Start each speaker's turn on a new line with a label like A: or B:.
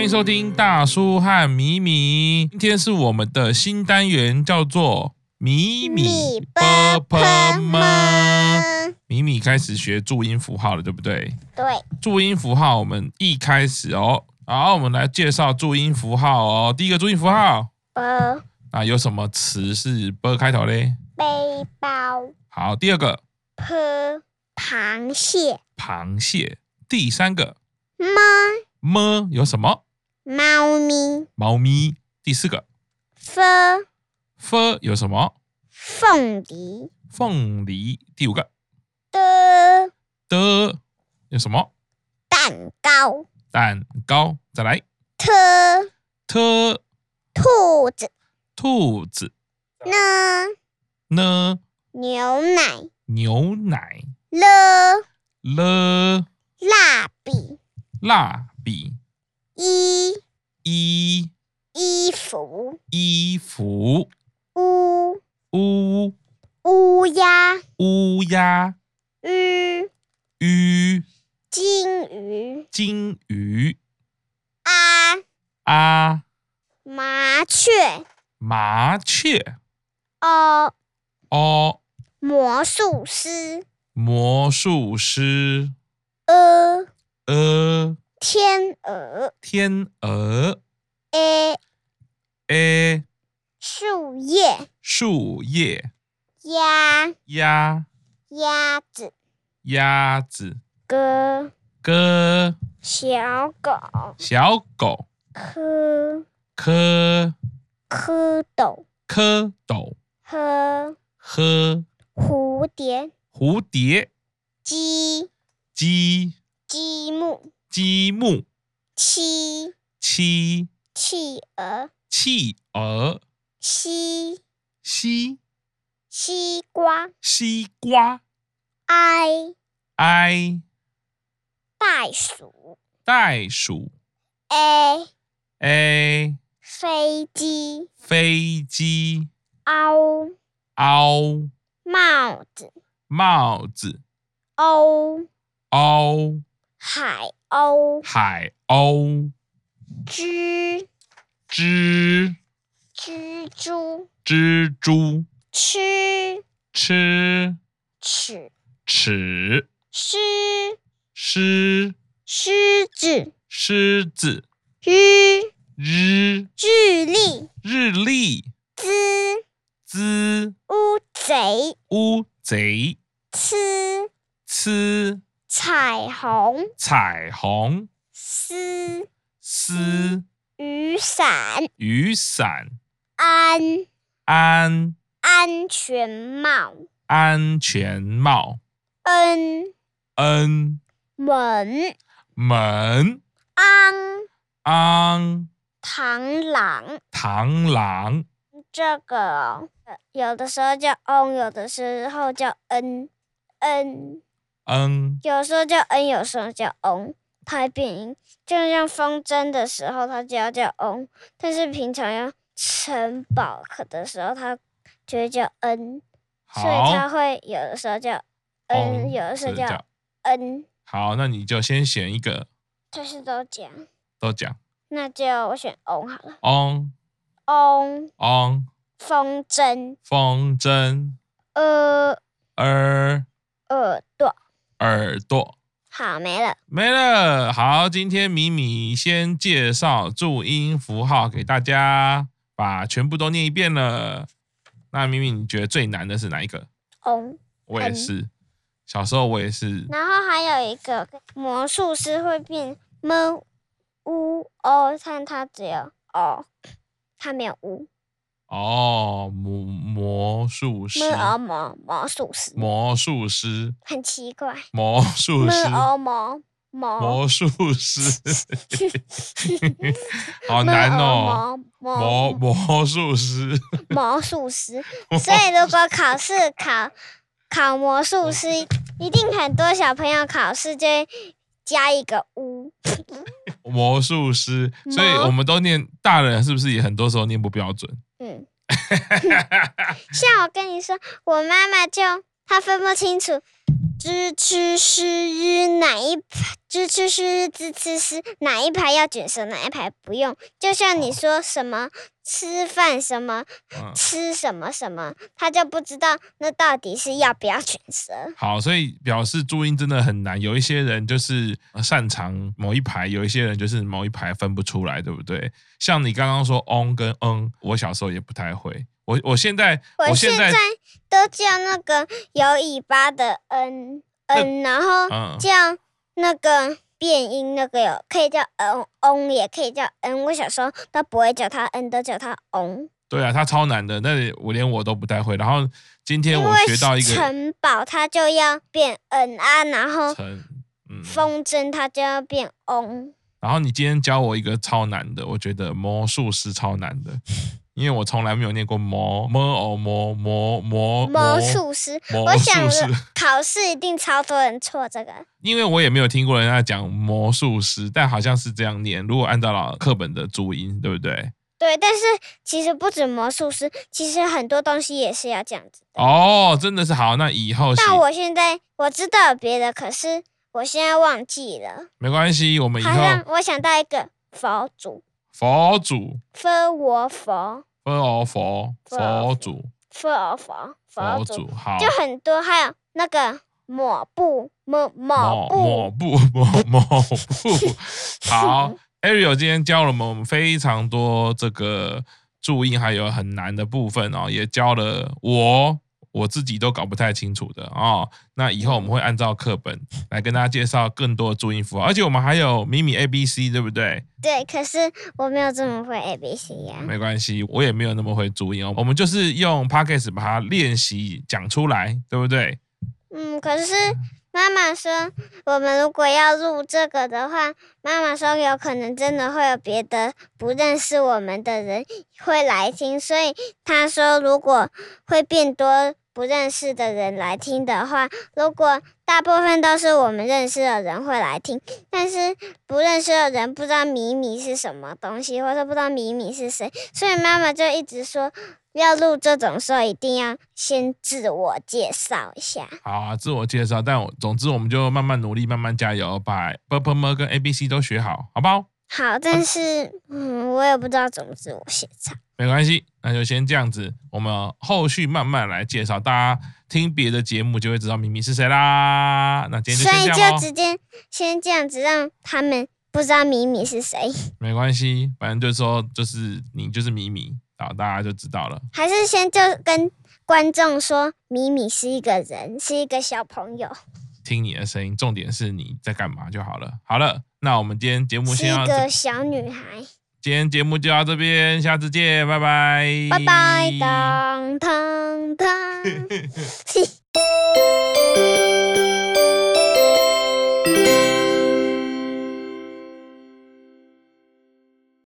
A: 迎收听大叔和米米。今天是我们的新单元，叫做“米米波波吗”。米米开始学注音符号了，对不对？
B: 对，
A: 注音符号，我们一开始哦，好，我们来介绍注音符号哦。第一个注音符号
B: 包
A: 啊，有什么词是“波”开头嘞？
B: 背包
A: 好，第二个
B: 坡螃蟹
A: 螃蟹，第三个
B: 猫
A: 么有什么？
B: 猫咪
A: 猫咪。第四个
B: 蜂
A: f 有什么？
B: 凤梨
A: 凤梨。第五个
B: 的
A: 的有什么？
B: 蛋糕
A: 蛋糕。再来
B: 特
A: 特
B: 兔子
A: 兔子
B: 呢
A: 呢
B: 牛奶
A: 牛奶
B: 了
A: 了
B: 蜡笔
A: 蜡笔
B: 衣
A: 衣
B: 衣服
A: 衣服
B: 乌
A: 乌
B: 乌鸦
A: 乌鸦
B: 鱼
A: 鱼
B: 金鱼
A: 金鱼
B: 啊
A: 啊
B: 麻雀
A: 麻雀
B: 哦
A: 哦
B: 魔术师
A: 魔术师
B: 呃。
A: 呃
B: 天鹅、
A: 天鹅
B: a
A: 诶
B: 树叶、
A: 树叶
B: 鸭、
A: 鸭
B: 鸭子、
A: 鸭子
B: 鸽、
A: 歌
B: 小狗、
A: 小狗
B: 蝌
A: 蝌
B: 蝌蚪、
A: 蝌蚪
B: 呵
A: 喝
B: 蝴蝶、
A: 蝴蝶
B: 鸡、
A: 鸡
B: 鸡木、
A: 鸡木
B: 七、
A: 七
B: 企鹅、
A: 企鹅
B: 西、
A: 西
B: 西瓜、
A: 西瓜
B: 埃、
A: i
B: 袋鼠、
A: 袋鼠
B: a
A: a
B: 飞机、
A: 飞机
B: 凹、
A: 凹
B: 帽子、
A: 帽子
B: 鸥、
A: 凹
B: 海鸥、
A: 海鸥
B: 蜘
A: 蜘
B: 蜘蛛。
A: 蜘蛛
B: 吃
A: 吃
B: 吃
A: 齿
B: 狮
A: 狮
B: 狮子
A: 狮子
B: 日
A: 日
B: 日历
A: 日历
B: 资
A: 资
B: 乌贼
A: 乌贼
B: 吃
A: 吃
B: 彩虹
A: 彩虹
B: 丝
A: 撕
B: 雨伞
A: 雨伞
B: 安
A: 安
B: 安全帽
A: 安全帽
B: 恩
A: 恩
B: 门
A: 门
B: 安
A: 昂
B: 螳螂
A: 螳螂
B: 这个哦、呃有的时候叫 on，有的时候叫 n n。
A: 嗯
B: 有时候叫 n，有时候叫 on，拍变音。就像风筝的时候，它就要叫 on，但是平常要乘宝可的时候，它就会叫 n，所以它
A: 好
B: 会有的时候叫 n，
A: 嗯
B: 有的时候
A: 是这
B: 叫
A: 样
B: n，
A: 好，那你就先选一个
B: 但是都这样。
A: 都讲
B: 那就我选 on 好了
A: on
B: ，on
A: on
B: 风筝，
A: 风筝
B: 呃，
A: 耳
B: 耳朵，
A: 耳朵。
B: 好没了。
A: 没了。好，今天米米先介绍注音符号给大家，把全部都念一遍了。那米米，你觉得最难的是哪一个？
B: on，
A: 我也是，小时候我也是
B: 然后还有一个魔术师会变么乌哦，但它只有哦，它没有乌
A: 哦，魔魔术师，
B: 么哦魔魔术师，
A: 魔术师，
B: 很奇怪
A: 魔术
B: 么
A: 师，
B: 哦魔魔
A: 魔术师， 好难哦，
B: 魔
A: 魔
B: 魔
A: 魔术师，
B: 魔术 师，所以如果考试考考魔术师，一定很多小朋友考试就会加一个乌，
A: 魔术师，所以
B: 魔
A: 我们都念，大人是不是也很多时候念不标准？
B: 嗯。 像我跟你说，我妈妈就她分不清楚支吃是日哪一支吃诗支吃诗，哪一排要卷舌，哪一排不用。就像你
A: 哦
B: 说什么吃饭什么
A: 嗯，
B: 吃什么什么，他就不知道那到底是要不要卷舌。
A: 好，所以表示注音真的很难。有一些人就是呃擅长某一排，有一些人就是某一排分不出来，对不对？像你刚刚说翁跟嗯，我小时候也不太会。我我现在
B: 我
A: 现
B: 现在
A: 在
B: 都叫那个有尾巴的嗯嗯，然后
A: 嗯
B: 叫那个变音那个有可以叫嗯嗯，也可以叫嗯。我小时候都不会叫它嗯，都叫它嗯。
A: 对啊，它超难的，那里我连我都不太会。然后今天
B: 因
A: 我学到
B: 为
A: 一个
B: 城堡它就要变嗯啊，然后
A: 成，嗯，
B: 风筝它就要变嗡。
A: 然后你今天教我一个超难的，我觉得魔术师超难的，因为我从来没有念过魔魔哦魔魔魔
B: 魔术师，
A: 魔
B: 我想
A: 术师，
B: 考试一定超多人错这个。
A: 因为我也没有听过人家讲魔术师，但好像是这样念。如果按照老课本的注音，对不对？
B: 对，但是其实不止魔术师，其实很多东西也是要这样子的。
A: 哦，真的是好，那以后
B: 但
A: 行
B: 我现在我知道有别的，可是我现在忘记了。
A: 没关系，我们以
B: 好
A: 后
B: 像我想到一个佛祖，
A: 佛祖
B: 佛我佛，
A: 佛哦佛佛祖
B: 佛我佛，佛
A: 佛
B: 祖，
A: 祖好
B: 就很多，还有那个抹布，抹抹
A: 抹
B: 布，
A: 布抹抹布好。Ariel 今天教了我们非常多这个注音还有很难的部分哦，也教了我我自己都搞不太清楚的哦。那以后我们会按照课本来跟大家介绍更多的注音符号，而且我们还有迷你 A B C，对不对？
B: 对，可是我没有这么会 A B C 啊呀、
A: 没关系，我也没有那么会注音哦。我们就是用 Podcast 把它练习讲出来，对不对？
B: 嗯，可是妈妈说，我们如果要录这个的话，妈妈说有可能真的会有别的不认识我们的人会来听，所以她说如果会变多不认识的人来听的话，如果大部分都是我们认识的人会来听，但是不认识的人不知道米米是什么东西，或者不知道米米是谁，所以妈妈就一直说。要录这种时候，一定要先自我介绍一下。
A: 好啊，自我介绍。但我总之我们就慢慢努力，慢慢加油，把 b p m 跟 A B C 都学好，好不好？
B: 好，但是嗯，我也不知道怎么自我写照。
A: 没关系，那就先这样子，我们后续慢慢来介绍。大家听别的节目就会知道咪咪是谁啦。那今天
B: 所
A: 就
B: 以
A: 先这样
B: 就
A: 咯
B: 直接先这样子，让他们不知道米米是谁，
A: 没关系，反正就是说就是你就是咪咪，好，大家就知道了。
B: 还是先就跟观众说米米是一个人，是一个小朋友，
A: 听你的声音，重点是你在干嘛就好了。好了，那我们今天节目
B: 是
A: 先
B: 一
A: 到
B: 个
A: 这，
B: 小女 孩。
A: 今天节目就到这边，下次见，拜拜，
B: 拜拜，当当当。